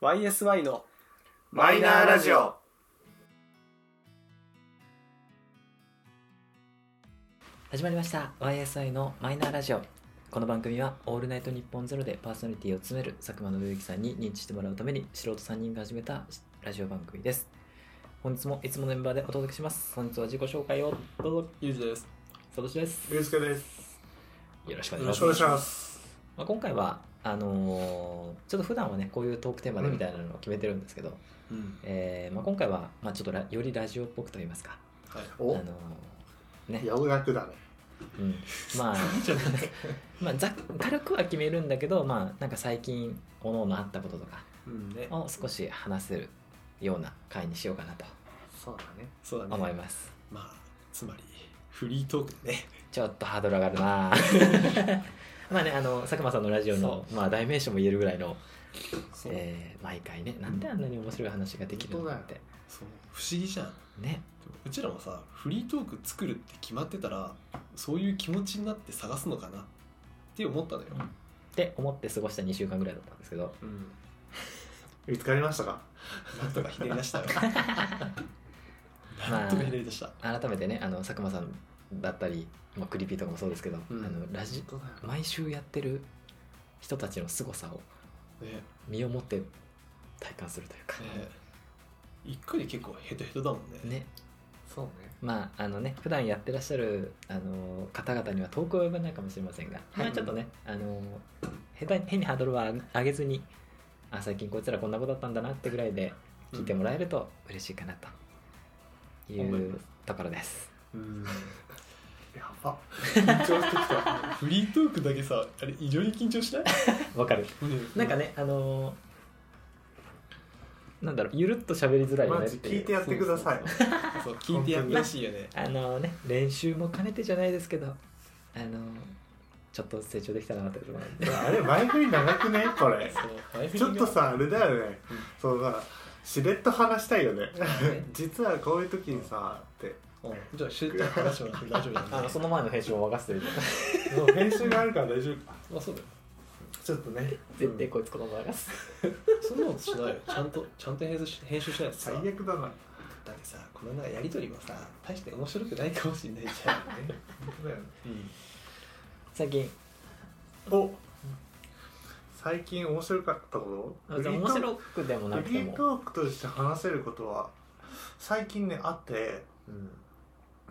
YSY のマイナーラジオ。始まりました YSI のマイナーラジオこの番組は「オールナイトニッポンゼロでパーソナリティを詰める佐久間信之さんに認知してもらうために素人3人が始めたラジオ番組です本日もいつものメンバーでお届けします本日は自己紹介をどうぞゆうじですさとしですゆうすけです。よろしくおよ願ろいししくおま願いすします。まあ、今回はあのーちょっと普段はねこういうトークテーマでみたいなのを決めてるんですけど、うん。えーまあ、今回は、まあ、ちょっとラよりラジオっぽくと言いますか、はい。あおのーねようやくだね。うん、 まあまあざっ軽くは決めるんだけどまあなんか最近おのおのあったこととかうんねを少し話せるような回にしようかなとそうだね。そうだね思いますまあつまりフリートークでねちょっとハードル上がる なまあねあの佐久間さんのラジオの、まあ、代名詞も言えるぐらいの、そうえー毎回ねなんであんなに面白い話ができるのかってそう不思議じゃんねうちらもさフリートーク作るって決まってたらそういう気持ちになって探すのかなって思ったのよ、って思って過ごした2週間ぐらいだったんですけどうん、見つかりましたか。なんとかひねり出した よなんとかひねり出した、改めてねあの佐久間さんだったり、まあ、クリピーとかもそうですけど、うんあのラジ当だよ毎週やってる人たちの凄さをね身をもって体感するというかね一回で結構ヘトヘトだもんねねそうね。まああのね普段やってらっしゃるあの方々には遠くは及ばないかもしれませんが、はいまあちょっとねあの下手に変にハードルは上げずにあ最近こいつらこんなことだったんだなってぐらいで聞いてもらえると嬉しいかなとい思いうまところです。うんやば。緊張してきた。 フリートークだけさあれ異常に緊張しないわかるなんかねねあのなんだろうゆるっと喋りづらいよマねっジてい聞ういてやってください。そう聞いてやってほしいよねあのね練習も兼ねてじゃないですけどあのちょっと成長できたらなと思うんであれ前振り長くねこれ。そうちょっとさあれだよねうん。そうさしれっと話したいよね。実はこういう時にさって。うんじゃあシュッと話してもらって大丈夫だ あねのその前の編集を沸かせてるもう編集があるから大丈夫か。まあそうだよちょっとね。 絶対こいつ子供沸かすそんなことしないよちゃんとちゃんと編集し編集しないとさ最悪だな。だってさこのなんかやりとりもさ大して面白くないかもしれないじゃんね本当だよね最近お最近面白かったことフリー面トーク白くでもなフくリてーもトークとして話せることは最近ねあってうん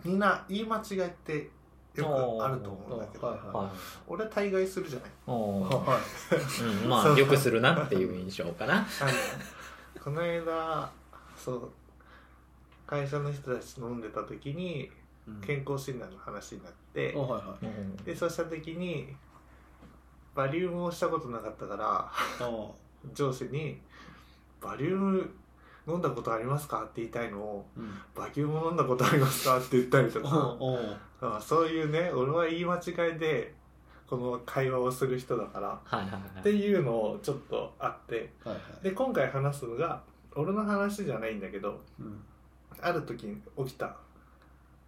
みんな言い間違いってよくあると思うんだけど、おーはいは俺大概するじゃないいおーはい うんまあよくするなっていう印象かあなのこの間そう会社の人たちと飲んでた時に健康診断の話になって、おはいはうんでそうした時にバリウムをしたことなかったからいお上司に「バリウム飲んだことありますか?」って言いたいのをううん「バリウム飲んだことありますか?」って言ったりとおかおあそういうね俺は言い間違いでこの会話をする人だからはいはいはっいていうのをちょっとあってはいはいで今回話すのが俺の話じゃないんだけどうんある時に起きた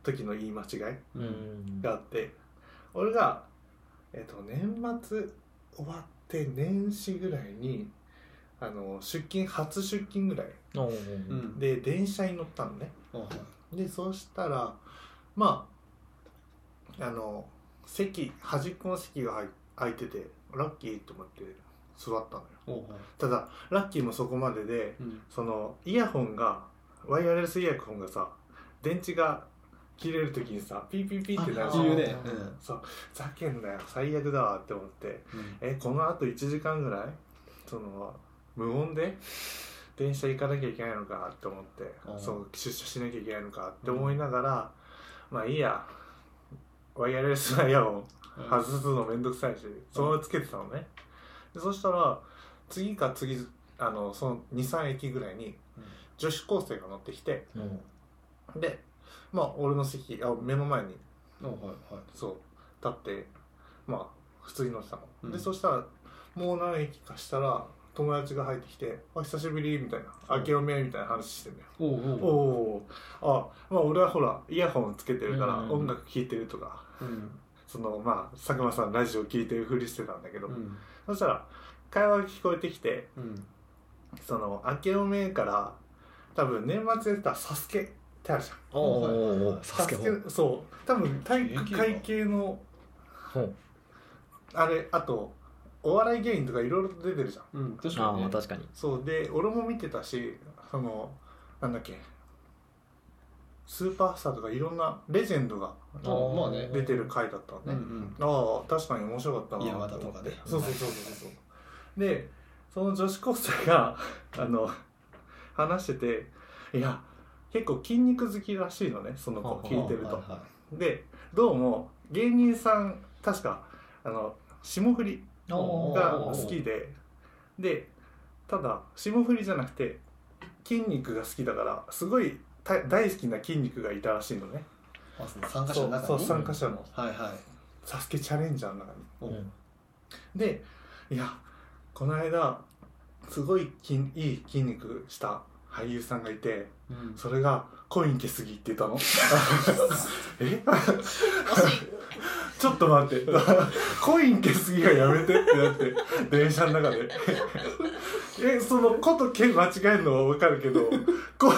時の言い間違いうんがあって俺が、えっと年末終わって年始ぐらいにあの出勤初出勤ぐらいおうーんで電車に乗ったのねおはいでそうしたらまああの席端っこの席が空い空いててラッキーと思って座ったのよおはいただラッキーもそこまででうんそのイヤホンがワイヤレスイヤホンがさ電池が切れる時にさピーピーピーってなるじゃん自由ねそうふざけんなよ最悪だわって思ってうんえこのあと1時間ぐらいその無音で電車行かなきゃいけないのかって思ってうんそう出社しなきゃいけないのかって思いながら、まあいいやワイヤレスなイヤホン外すのめんどくさいしそのままつけてたのねでそしたら次か次あのその23駅ぐらいにうん女子高生が乗ってきてうんでまあ俺の席あ目の前におはいはいそう立ってまあ普通に乗ってたの、うでんそしたらもう何駅かしたら友達が入ってきて「あ久しぶり」みたいな「明けおめ」みたいな話してんだよ、おうおおうおあまあ俺はほらイヤホンつけてるからうん音楽聴いてるとか、うんそのまあ佐久間さんラジオ聴いてるふりしてたんだけど、うんそしたら会話が聞こえてきてうんその明けおめから多分年末やってた「サスケってあるじゃんおおおおササススケケほうそう多分体育会系のほうあれあとお笑い芸人とかいろいろ出てるじゃんうん、確かあに、あね。確かにそうで俺も見てたしそのなんだっけスーパースターとかいろんなレジェンドがあーまあね。出てる回だったのうね、んああ確かに面白かったな山田とかねそうそうそうそうそうでその女子高生が あの話してていや結構筋肉好きらしいのねその子はあはあうん。聞いてるはといはいでどうも芸人さん確かあの霜降りおおおがお好きででただ霜降りじゃなくて筋肉が好きだからすごいた大好きな筋肉がいたらしいのねあその参加者そのう中そうに。参加者のはいはい。 「サスケチャレンジャーの中におうんでいやこの間すごい筋いい筋肉した俳優さんがいてうんそれが「コイン消すぎ」って言 ったのえちょっと待ってコイン消すぎはやめてってなって電車の中で えその「コ」と「ケ」間違えるのは分かるけどコ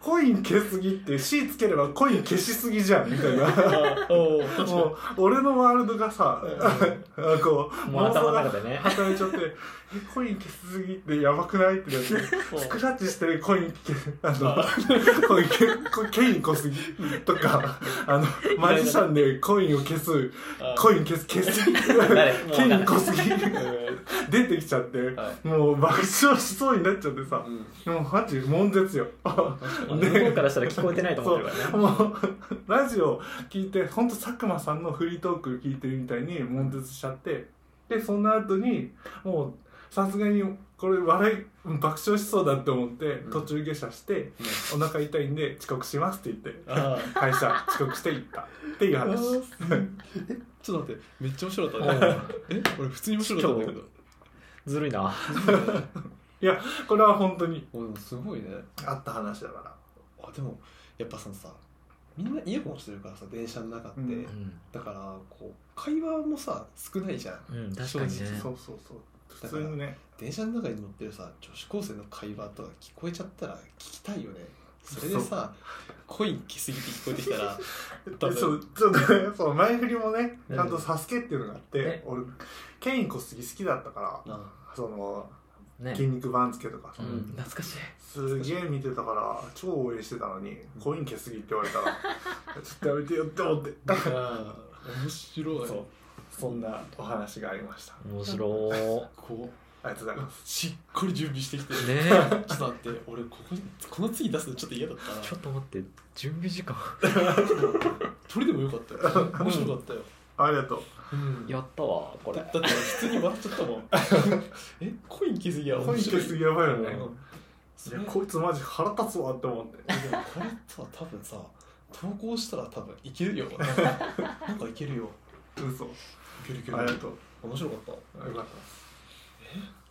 コイン消すぎって「C」つければコイン消しすぎじゃんみたいなもう俺のワールドがさあ こうもう妄想頭のが中で ね働いちゃってえ「コイン消しすぎってやばくない?」ってなってスクラッチしてるコインけあのコインけコケイン小杉とかあのマジシャンでコインを消すコイン消す消す 誰ケイン小杉出てきちゃってはもう爆笑しそうになっちゃってさうんもうマジ悶絶よい向こうからしたら聞こえてないと思ってる からねもうラジオ聞いて本当佐久間さんのフリートーク聞いてるみたいに悶絶しちゃってでその後にもうさすがにこれ笑い爆笑しそうだって思ってん途中下車して、お腹痛いんで遅刻しますって言ってああ会社遅刻して行ったっていう話ちょっと待って、めっちゃ面白かったね。え俺普通に面白かったんだけど。ずるいなこれは本当におでもすごいね。あった話だかあ、でも、やっぱそのさ、みんなイヤホンしてるからさ、電車の中って。うんうんだから、こう、会話もさ、少ないじゃん。うん確かにら、ね正そうそうそう普だ通からにね電車の中に乗ってるさ女子高生の会話とか聞こえちゃったら聞きたいよねそれでさコイン来すぎて聞こえてきたらそ多う分ちょっとねそう前振りもねちゃんと「うんサスケっていうのがあってね俺ケイン小杉好きだったからあそのね筋肉番付とかうさ、ん懐かしいすげえ見てたから超応援してたのにコイン消すぎって言われ たらちょっとやめてよって思ってあ面白いそうそんなお話がありました面白こありがとうございますうしっかり準備してきていち ねょっと待って俺ここにこの次出すのちょっと嫌だったなちょっと待って準備時間それでもよかったよ面白かったよ、ありがとううん やったわこだれだって俺普通に笑っちゃったもんえコイン来すぎやコイ面ン白消いすぎやばいよねうんいそやれこいつマジ腹立つわって思ってでもこれとは多分さ投稿したら多分いけるよなんかなんかいけるよ嘘いけるいけありがとう面白かったよかっ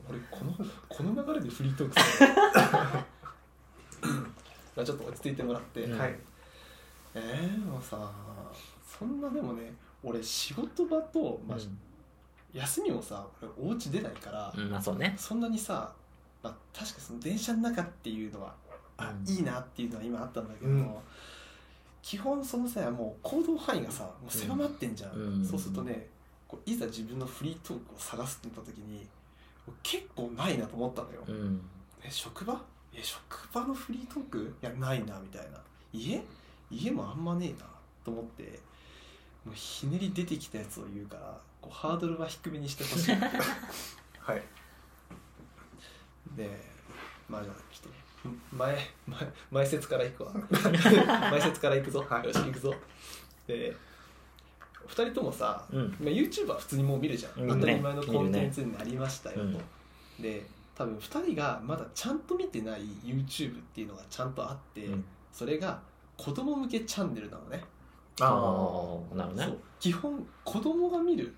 俺このこの流れでフリートークするの まあちょっと落ち着いてもらって、うたんはいえー、もうさそんなでもね俺仕事場と、まあ休みもさ俺お家出ないから、うんまあそうねそんなにさ、まあ、確かその電車の中っていうのはあうんいいなっていうのは今あったんだけど、うん基本そのさもう行動範囲がさもう狭まってんじゃん、うんうんそうするとねこういざ自分のフリートークを探すってなった時に結構ないなと思ったのよ、うんえ職場え職場のフリートークいやないなみたいな家家もあんまねえなと思ってもうひねり出てきたやつを言うからこうハードルは低めにしてほしいはいでまあじゃあちょっと前前前説からいくわ前説からいくぞ、はいよしいくぞで2人ともさ、うんまあ、YouTuber 普通にもう見るじゃん、うんね当たり前のコン見るねテンツになりましたよと、うんで多分2人がまだちゃんと見てない YouTube っていうのがちゃんとあって、うんそれが子供向けチャンネルなのねあああなるほどそねう基本子供が見る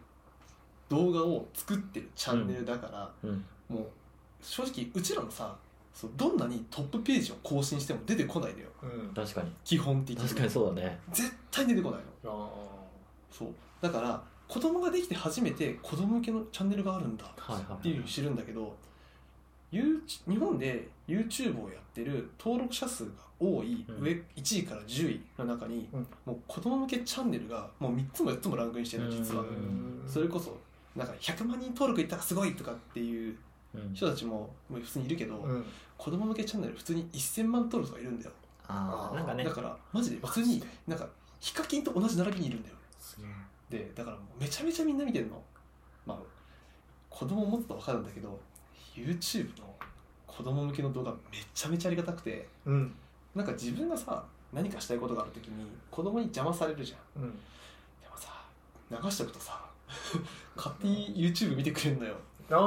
動画を作ってるチャンネルだから、うんもう正直うちらもさそうどんなにトップページを更新しても出てこないのよあうん確かに基本的に確かにそうだね絶対出てこないのあそうだから子供ができて初めて子供向けのチャンネルがあるんだはいはいっていうのを知るんだけど You- 日本で YouTube をやってる登録者数が多いうん上1位から10位の中に、うんもう子供向けチャンネルがもう3つも4つもランクインしてるの実はう。んそれこそなんか100万人登録いったらすごいとかっていううん人たちももう普通にいるけど、うん子供向けチャンネル普通に1000万登録とかいるんだよあああーなんかねだからマジで普通になんかヒカキンと同じ並びにいるんだよすげえでだからもうめちゃめちゃみんな見てるのまあ子供もっと分かるんだけど YouTube の子供向けの動画めちゃめちゃありがたくてうんなんか自分がさ何かしたいことがある時に子供に邪魔されるじゃんうんでもさ流しとくとさ 勝手に YouTube 見てくれるのよ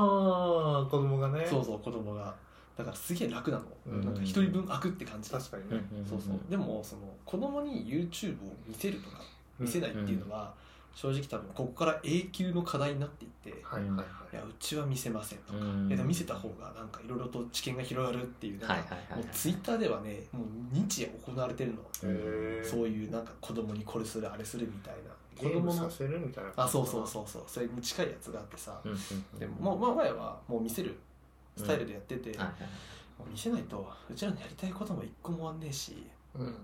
ああ子供がねそうそう子供がだからすげえ楽なの、うんなんか一人分開くって感じ確かにうんねうんうんそうそうでもその子供に YouTube を見せるとか見せないっていうのは正直多分ここから永久の課題になっていっていはいはいはいやうちは見せませんとかうんいやでも見せた方がなんかいろいろと知見が広がるっていうなんかはいはいはもいうツイッターではねもう日夜行われてるのへーそういうなんか子供にこれするあれするみたいなゲ子ーム供さのせるみたいなあそうそうそうそうそれに近いやつがあってさうんうんうんでもまあ前はもう見せるスタイルでやってて、はいはいはいもう見せないとうちらのやりたいことも一個も終わんねえしっううん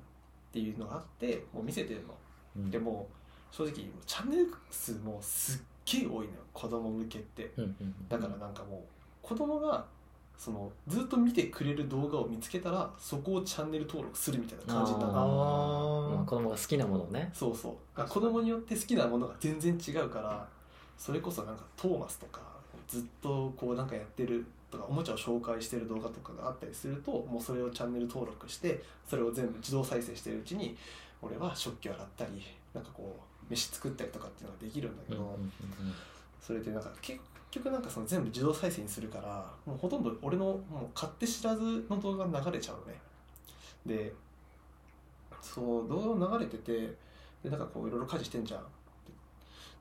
ていうのがあってもう見せてるのうんでもう正直チャンネル数もすっげえ多いのよ子供向けってうんうんうんだからなんかもう子供がそのずっと見てくれる動画を見つけたらそこをチャンネル登録するみたいな感じになるあのーまあ子供が好きなものをねそうそうだから子供によって好きなものが全然違うからそれこそなんかトーマスとかずっとこうなんかやってるとかおもちゃを紹介してる動画とかがあったりするともうそれをチャンネル登録してそれを全部自動再生してるうちに俺は食器を洗ったりなんかこう飯作ったりとかっていうのができるんだけど、うんうんうんそれでなんか結局なんかその全部自動再生にするからもうほとんど俺のもう勝手知らずの動画が流れちゃうのねでそう動画が流れててでなんかこういろいろ家事してんじゃんで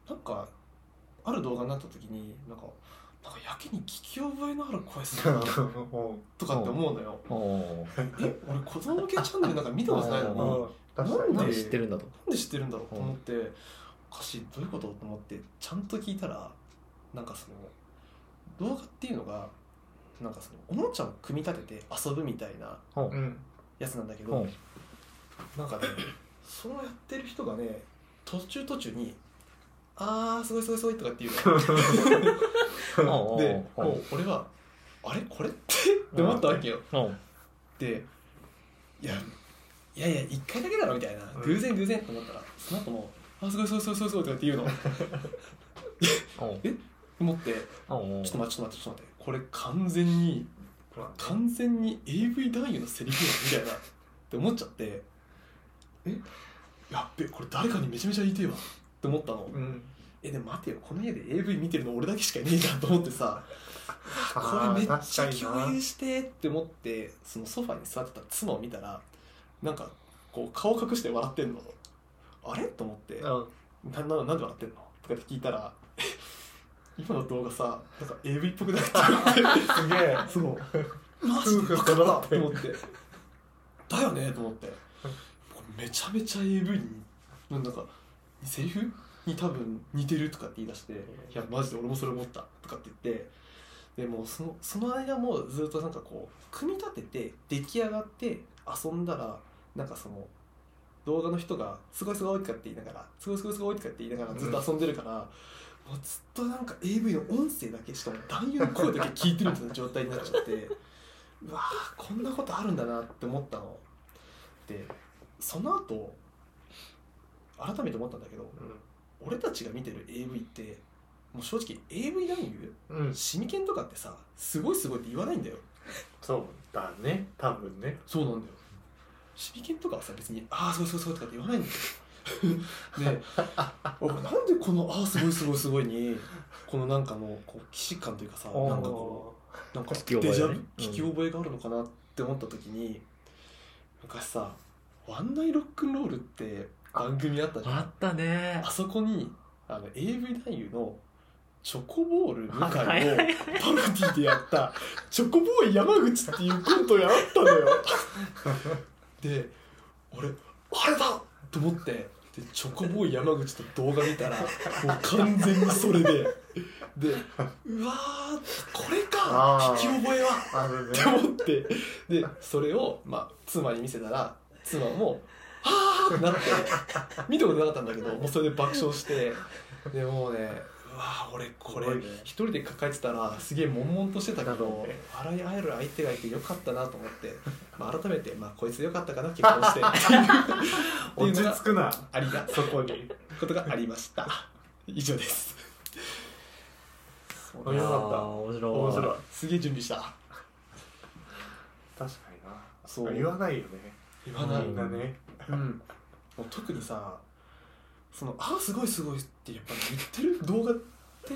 なんかある動画になった時になんかなんかやけに聞き覚えのある声するなもとかって思うのよおーえ俺子供向けチャンネルなんか見たことないのにううんなんうん確かになん何でで知ってるんだとで知ってるんだろうと思っておかしいどういうことと思ってちゃんと聞いたらなんかその動画っていうのがなんかそのおもちゃを組み立てて遊ぶみたいなうんやつなんだけど、うんなんかねそのやってる人がね途中途中に「あーすごいすごいすごい」とかって言うのおうでおうおもうう俺は「あれこれ?」ってって思ったわけよ。おうでいやいやいや1回だけだろみたいな、うん偶然偶然と思ったらその後も「あすごいすごいすごいすごいすごい」とかって言うのおう思っておうおうちょっと待って、ちょっと待って、ちょっと待って。これ完全に、まあ完全に AV 男優のセリフやんみたいな。って思っちゃって、えやっべ、これ誰かにめちゃめちゃ言いてえわ。って思ったの。うんえ、でも待てよ、この家で AV 見てるの俺だけしかいねえじゃんと思ってさ、こ あーれめっ確ちゃかにな共有してって思って、そのソファに座ってた妻を見たら、なんか、こう顔隠して笑ってんの。あれと思って。あなななんで笑ってんのとかって聞いたら今の動画さなんか AV っぽくなっちゃってすげえそうマジで分かったと思ってだよねと思ってこれめちゃめちゃ AV になんだかセリフに多分似てるとかって言い出して「いやマジで俺もそれ思った」とかって言ってでもうそのその間もずっとなんかこう組み立てて出来上がって遊んだらなんかその動画の人が「すごいすごい」とかって言いながら「すごいすごいすごい」とかって言いながらずっと遊んでるから、もうずっとなんか AV の音声だけしかも男優の声だけ聞いてるみたいな状態になっちゃってうわーこんなことあるんだなって思ったの。でその後改めて思ったんだけど俺たちが見てる AV ってもう正直 AV 男優うんうんシミケンとかってさすごいすごいって言わないんだよそうだね多分ねそうなんだよシミケンとかはさ別に「ああすごいすごいすごい」とかって言わないんだよ で俺なんでこの「ああすごいすごいすごいに」このなんかのこう既視感というかさなんかこうなんか聞き覚えデジャだブねうん聞き覚えがあるのかなって思った時に昔さ「ワンナイロックンロール」って番組あったじゃんあったねあそこにあの AV 男優のチョコボール向井をパロはいはいディでやった「チョコボーイ山口」っていうコントがあったの よ。で俺あれだと思ってでチョコボーイ山口と動画見たらもう完全にそれででうわーこれかあー聞き覚えはあるねって思ってでそれを、まあ、妻に見せたら妻も「はあ!」ってなって見たことなかったんだけどもうそれで爆笑してでもうねうわあ俺これすごいね一人で抱えてたらすげえ悶々としてたけなるどほどね笑い合える相手がいてよかったなと思って、まあ、改めて、まあ、こいつでよかったかな結婚してっていうっていう落のちが着くなありがそこにことがありました以上です面白かったあー面白い面白いすげえ準備した確かになそう言わないよね言わみないんなねうん、もう特にさその「ああすごいすごい」ってやっぱ言ってる動画って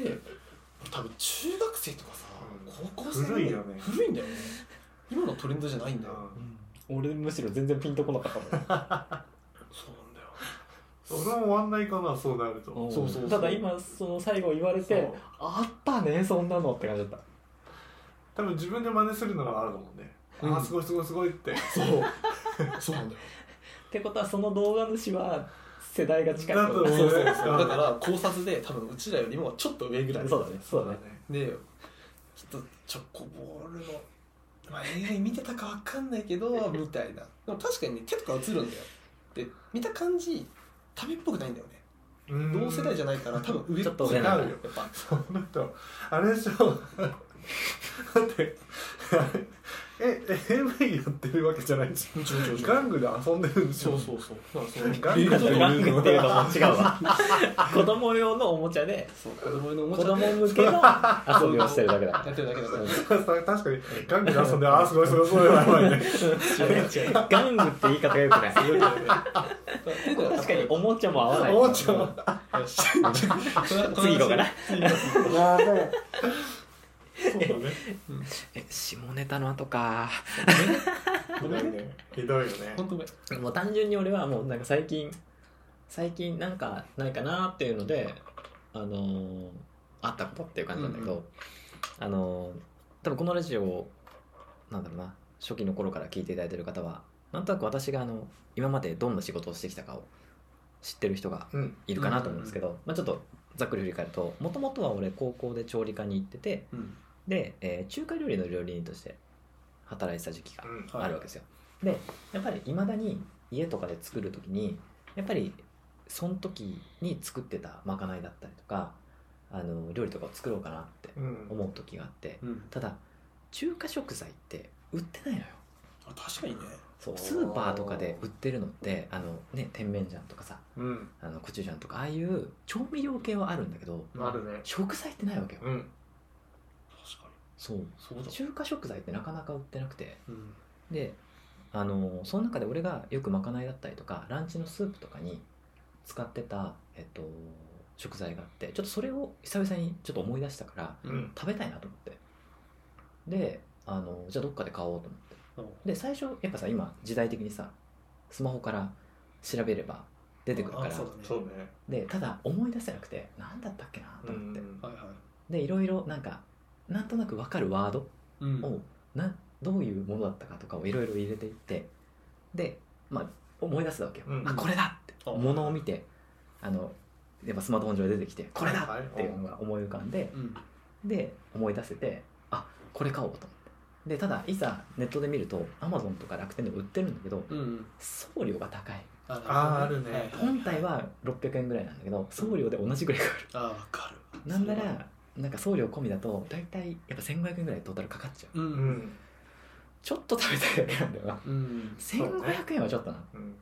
多分中学生とかさ、うん高校生古いよね古いんだよね今のトレンドじゃないんだよ、うん俺むしろ全然ピンとこなかったもんそうなんだよそれも終わんないかなそうなる とそうそうそうただ今その最後言われてそうあったねそんなのって感じだっ多た分自分で真似するのがあると思うねうんああすごいすごいすごいってそう そうなんだよってことはその動画主は世代が近いだと思そうそうそうねだから考察で多分うちらよりもちょっと上ぐらいそうだねそうだねでちょっとチョコボールの、まあ、映画見てたかわかんないけどみたいなでも確かにね手とか映るんだよで見た感じためっぽくないんだよね同世代じゃゃないから多分上ちょっと上ななんだん だよやっぱその人あれでしょ だってあれえ AV やってるわけじゃないでしもちろんもちろんもょちガろんングで遊んでるんでしそょうそうそうだからそのガン映グ画ととガかングっていうのも違うわ 子供用のおもちゃでそう子供のおも子ちゃ供で向け の遊びをしてるだけだやってるだけだから 確かにガングで遊んでああすごいすごいすごいやばいね 違う ガングって言い方がよくない確かにおもちゃも合わないおもちゃもよしこの次行こうかな次行こうやべえそうだねえ下ネタの後かひどいねひどいよね本当ごめんもう単純に俺はもうなんか最近最近なんかないかなっていうのであのーあったことっていう感じなんだけど、うんうあのー多分このラジオをなんだろうな初期の頃から聞いていただいてる方はなんとなく私があの今までどんな仕事をしてきたかを知ってる人がうんいるかなと思うんですけど、まあ、ちょっとざっくり振り返るともともとは俺高校で調理科に行っててうんで、えー中華料理の料理人として働いてた時期がうんはいあるわけですよ。でやっぱりいまだに家とかで作る時にやっぱりその時に作ってたまかないだったりとかあの料理とかを作ろうかなってうん思う時があってうんただ中華食材って売ってないのよ。あ確かにねそうスーパーとかで売ってるのってあのね甜麺醤とかさうんあのコチュジャンとかああいう調味料系はあるんだけどあるね食材ってないわけようん確かにそうそうだ中華食材ってなかなか売ってなくてうんであのその中で俺がよくまかないだったりとかランチのスープとかに使ってた、えっと、食材があってちょっとそれを久々にちょっと思い出したからうん食べたいなと思ってであのじゃあどっかで買おうと思ってうんで最初やっぱさ今時代的にさスマホから調べれば出てくるかあらそうだねそうねでただ思い出せなくて何だったっけなと思って、はいはいでいろいろなんかなんとなく分かるワードうんをなどういうものだったかとかをいろいろ入れていってで、まあ、思い出すわけよ、うんあこれだってあものを見てあのやっぱスマートフォン上で出てきてこれだはいっていうのが思い浮かんでうんで思い出せてあこれ買おうと思ってでただいざネットで見るとアマゾンとか楽天でも売ってるんだけどうんうん送料が高いああーあるね本体は600円ぐらいなんだけど送料で同じぐらいかかああわかるるなんならなんか送料込みだと大体やっぱ1500円ぐらいトータルかかっちゃうううんんちょっと食べたいだけなんだよなうんそうね1500円はちょっとなうん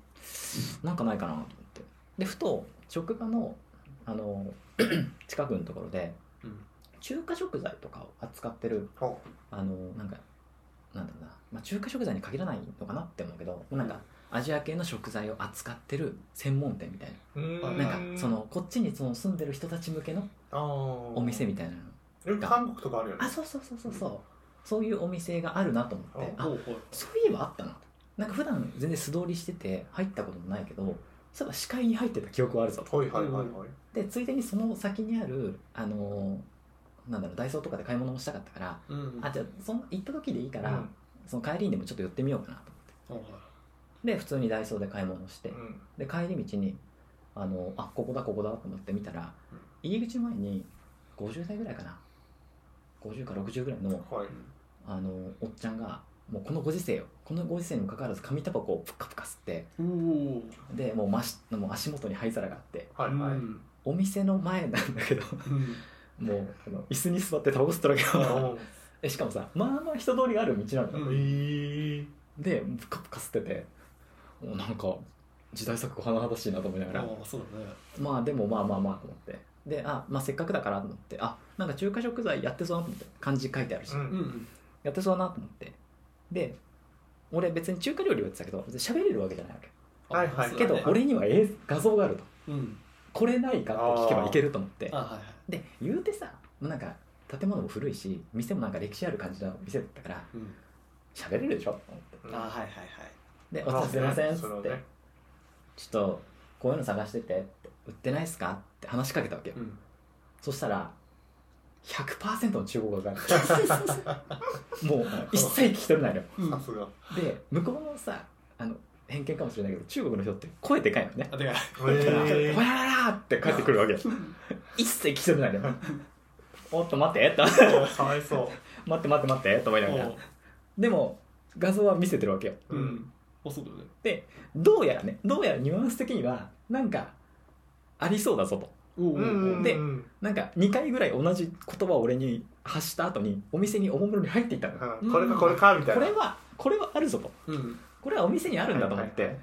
なんかないかなと思ってでふと職場のあの 近くのところでうん中華食材とかを扱ってるほあのなんかなんだろうな、まあ、中華食材に限らないのかなって思うけどなんかアジア系の食材を扱ってる専門店みたいななんかそのこっちにその住んでる人たち向けのおお店みたいなのよく韓国とかあるよねあそうそうそうそうそうそういうお店があるなと思ってほあうほうそういえばあったななんか普段全然素通りしてて入ったこともないけどそういえば視界に入ってた記憶はあるぞとはいはいはいはいでついでにその先にあるあのーなんだろうダイソーとかで買い物もしたかったから、うんあじゃあその行った時でいいから、うんその帰りにでもちょっと寄ってみようかなと思ってほうほで普通にダイソーで買い物して、うんで帰り道にあのあここだここだと思って見たらうん入り口前にこ50代ぐらいかな50か60ぐらいのはいあのおっちゃんがもうこのご時世よこのご時世にもかかわらず紙タバコをプカプカ吸っておおでもう真しもう足元に灰皿があってはいはい、うんお店の前なんだけど もうあの椅子に座ってタバコ吸ってるわけよおえしかもさまあまあ人通りがある道なのよ、ーえーでプカプカ吸っててもうなんか時代錯誤甚だしいなと思いながあらあそうだねまあでもまあまあまあと思ってであ、まあ、せっかくだからと思ってあなんか中華食材やってそうなと思って漢字書いてあるし、うんうんやってそうだなと思ってで俺別に中華料理はやってたけど別に喋れるわけじゃないわけはいはいそうけだどね俺には映画像があるとうんこれないかと聞けばいけると思ってあはいはいで言うてさもうなんか建物も古いし店もなんか歴史ある感じの店だったからうん喋れるでしょと思ってあはいはいはいで「お疲れ様です」っつっそて、れはねちょっとこういうの探してて」って売ってないっすか?」って話しかけたわけよ、うんそしたら100%の中国語がもう一切聞き取れないのようんさすがで向こうのさあの偏見かもしれないけど中国の人って声でかいのねあてかだから「ほえやらら!」って帰ってくるわけよ一切聞き取れないのよおっと待ってってー、かわいそ待って待って待ってと思いながらおでも画像は見せてるわけよう、うんあそうだよねどうやらねどうやらニュアンス的にはなんかありそうだぞとおうんうんおでうんなんか2回ぐらい同じ言葉を俺に発した後にお店におもむろに入っていったのようんこれかこれかみたいこなれはこれはあるぞとうんこれはお店にあるんだと思って、はいはい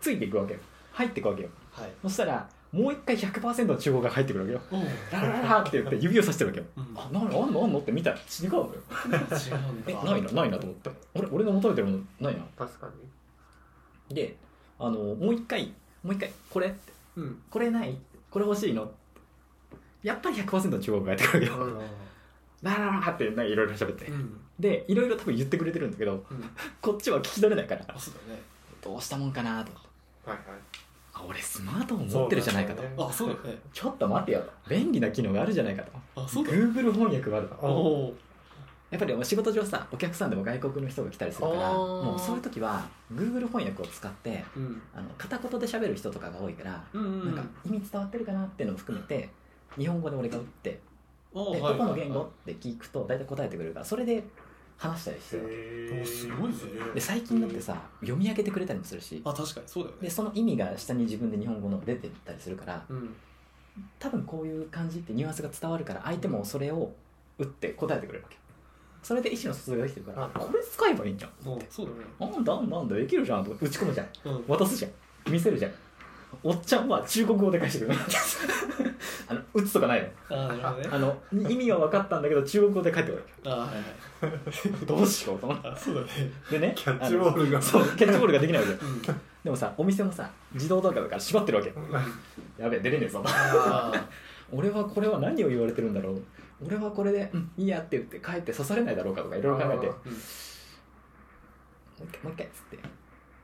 ついていくわけよ入っていくわけよはいそしたらもう一回100%の中国が入ってくるわけよおうララララって言って指をさしてるわけようんあ何あんのあんのって見たら違うのよ違うんえだないなないなと思って俺俺の求めてるものないな確かにであのもう一回もう一回これうんこれないこれ欲しいのやっぱり100%中国がやってくるわけうどんララララってなんかいろいろ喋ってうんでいろいろ多分言ってくれてるんだけどうんこっちは聞き取れないからあそうだよねどうしたもんかなとはいあ俺スマートフォンはい持ってるじゃないかと、あそうだよねちょっと待てよと便利な機能があるじゃないかとあそうだよ Google 翻訳があるとおおうやっぱりお仕事上さお客さんでも外国の人が来たりするからあーもうそういう時は Google 翻訳を使ってうんあの片言で喋る人とかが多いから、うんうなんんか意味伝わってるかなっていうのを含めて日本語で俺が打っておで、はいどこの言語って聞くと大体答えてくれるからそれで話したりしてるわへおすごいですねけで最近だってさ読み上げてくれたりもするしあ確かにそうだよでねその意味が下に自分で日本語の出てたりするからうん多分こういう感じってニュアンスが伝わるから相手もそれを打って答えてくれるわけそれで意思の疎通ができてるからああこれ使えばいいんじゃんとお思っうてそうだよねなんだなんだできるじゃんとか打ち込むじゃんうん渡すじゃん見せるじゃんおっちゃんは中国語で返してくる あの打つとかないのあなるほどねあの意味は分かったんだけど中国語で返ってこなあはいはいい どうしようと思ってあそうだねでねキャッチボールがあのそうキャッチボールができないわけようんでもさお店もさ自動ドアだから縛ってるわけよやべえ出れねえぞあー俺はこれは何を言われてるんだろう俺はこれで「うんいいや」って言って帰って刺されないだろうかとかいろいろ考えて「もうんう一回もう一回」っつって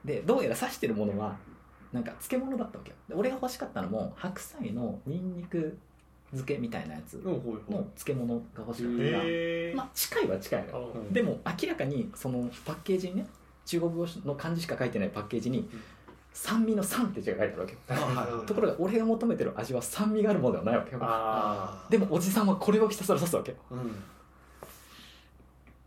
でどうやら刺してるものはなんか漬物だったわけよで俺が欲しかったのも白菜のニンニク漬けみたいなやつおのうほいほい漬物が欲しかったから、 えーまあ近いは近いのよおうんでも明らかにそのパッケージにね中国語の漢字しか書いてないパッケージにうん「酸味の酸」って字が書いてあるわけよあはいはいところが俺が求めてる味は酸味があるものではないわけよあでもおじさんはこれをひたすら刺すわけようん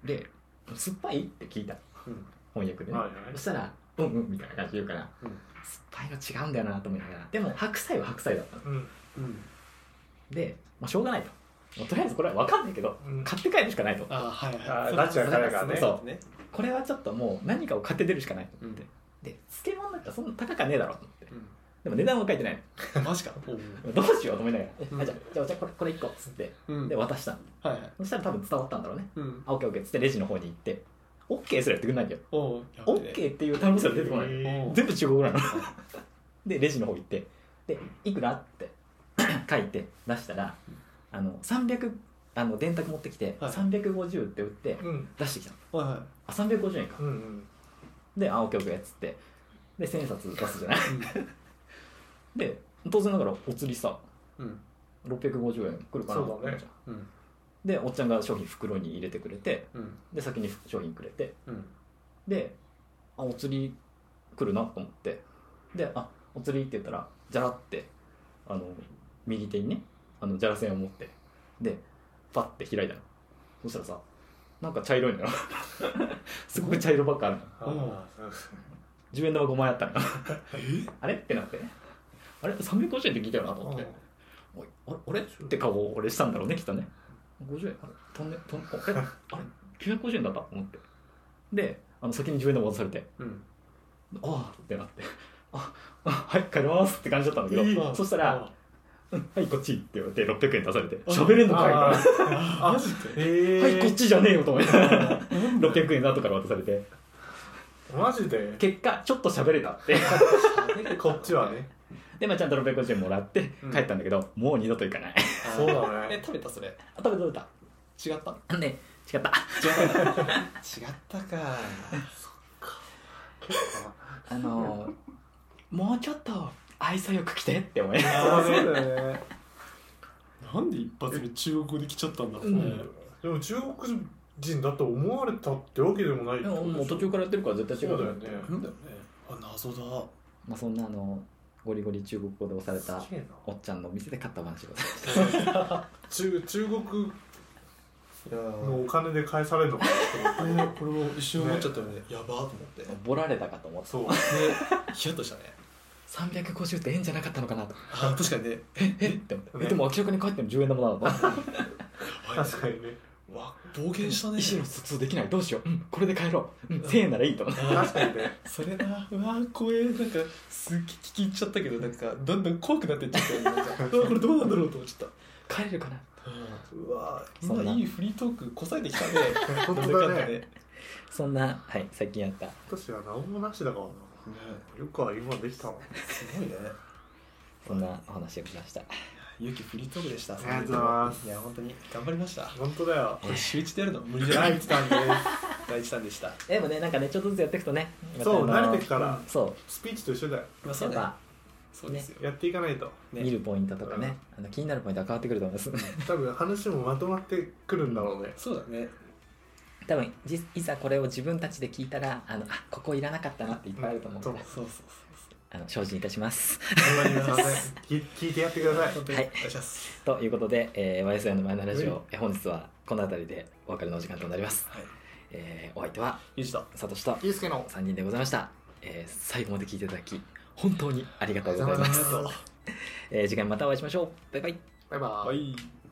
で「酸っぱい?」って聞いたうん翻訳ーでね、はいそしたら「うんうん」みたいな感じで言うから、うん酸っぱいの違うんだよなと思いながらでも白菜は白菜だったのうんうんで、まあ、しょうがないと、まあとりあえずこれは分かんないけどうん買って帰るしかないとあはいはいあーガチだからそうねそうねこれはちょっともう何かを買って出るしかないと思って、うで漬物なんかそんな高かねえだろうと思ってうでも値段は書いてないんマジかおうのどうしようと思いながら「うんあじゃあじゃあお茶これこれ1個」っつってうんで渡したのはいはいそしたら多分伝わったんだろうねうん「あオッケーオッケー」っつってレジの方に行って「オッケーすらやってくんないんだよおう「オッケーっていう単語すら出てこないのよおう全部中国語なのでレジの方行ってで「いくら?」って 書いて出したらあの300あの電卓持ってきて、はい350って売ってうん出してきたのはいはあ350円かうんうんで「あオッケーオッケー」っつってで千円札出すじゃないいで当然ながらお釣りさうん650円来るかなそうだねうんでおっちゃんが商品袋に入れてくれてうんで先に商品くれてうんであお釣り来るなと思ってであお釣りって言ったらじゃらってあの右手にねあのじゃらせんを持ってでパッて開いたのそしたらさなんか茶色いのよ すごい茶色ばっかあるのああそうですね10円玉5枚あったのよえ あれってなってあれ350円って聞いたよなと思っておいあれあれって顔を俺したんだろうねきっとね50円あれ飛んで飛んであれあれ950円だったと思ってであの先に10円玉渡されてうんああってなってああはい帰りますって感じだったんだけど、ええそしたらあ「うんはいこっち」って言われて600円出されて「あ喋れんのかい」あみあマジでええたいな「はいこっちじゃねえよ」と思いながらなんだ600円後から渡されてマジで結果ちょっと喋れたってこっちはねで、まあ、ちゃんと650円もらってうん帰ったんだけど、もう二度と行かないそうだえね食べたそれあ食べた食べた違ったあね違った違ったかあのーもうちょっと愛想よく来てって思いながらああそうだよねなんで一発目中国語で来ちゃったんだろうね、うんでも中国人だと思われたってわけでもないってでもことでしょもう途中からやってるから絶対違そううだとよ思うねなんだよねあ謎だまあそんなあのゴリゴリ中国語で押されたすげえなおっちゃんの店で買ったお話を中中国いやのお金で返されるのかなとこ思れってこれも一瞬思っちゃったよねやばーと思ってねボラれたかと思ってそうヒヤッとしたね350って円じゃなかったのかなとあ確かにねええって思ってえでも明らかに帰っても10円玉なのと確かにねわ暴言したね意思の疎通できないどうしよう、うん、これで帰ろう、うん、1000円ならいいと思ってあ確かにねそれなうわー怖えなんかすっげえ聞き入っちゃったけどなんかどんどん怖くなってっちゃったよねなんかうわこれどうなんだろうと思っちゃっ帰れるかなたうんうわーそみんんなないいフリートークこさえてきたね本なん当だかんねそんな、はい、最近やった私は何もなしだからなねよくは今できたわすごいねそんなお話をしましたゆきフリートークでしたありがとうございますいや本当に頑張りました本当だよこれ週一でやるの無理じゃな大い地さんで第一弾でしたでもねなんかねちょっとずつやっていくとねすそうまたあの慣れてきたらそスピーチと一緒だよまあうそうやっだぱそうですよやっていかないと見るポイントとかね、あの気になるポイントは変わってくると思います多分話もまとまってくるんだろうねそうだね多分じいざこれを自分たちで聞いたらあのあここいらなかったなっていっぱいあると思うので、そうそうそうあの精進いたします 頑張ります聞聞いてやってくださいそう本当にはいお願いしますということで、えー、YSI の前のラジオ、えー本日はこの辺りでお別れのお時間となります、はいえーお相手はゆうじとサトシとゆうすけの3人でございました、えー最後まで聞いていただき本当にありがとうございありがとうございまますす、そうえー次回またお会いしましょうバイバイバイバイはい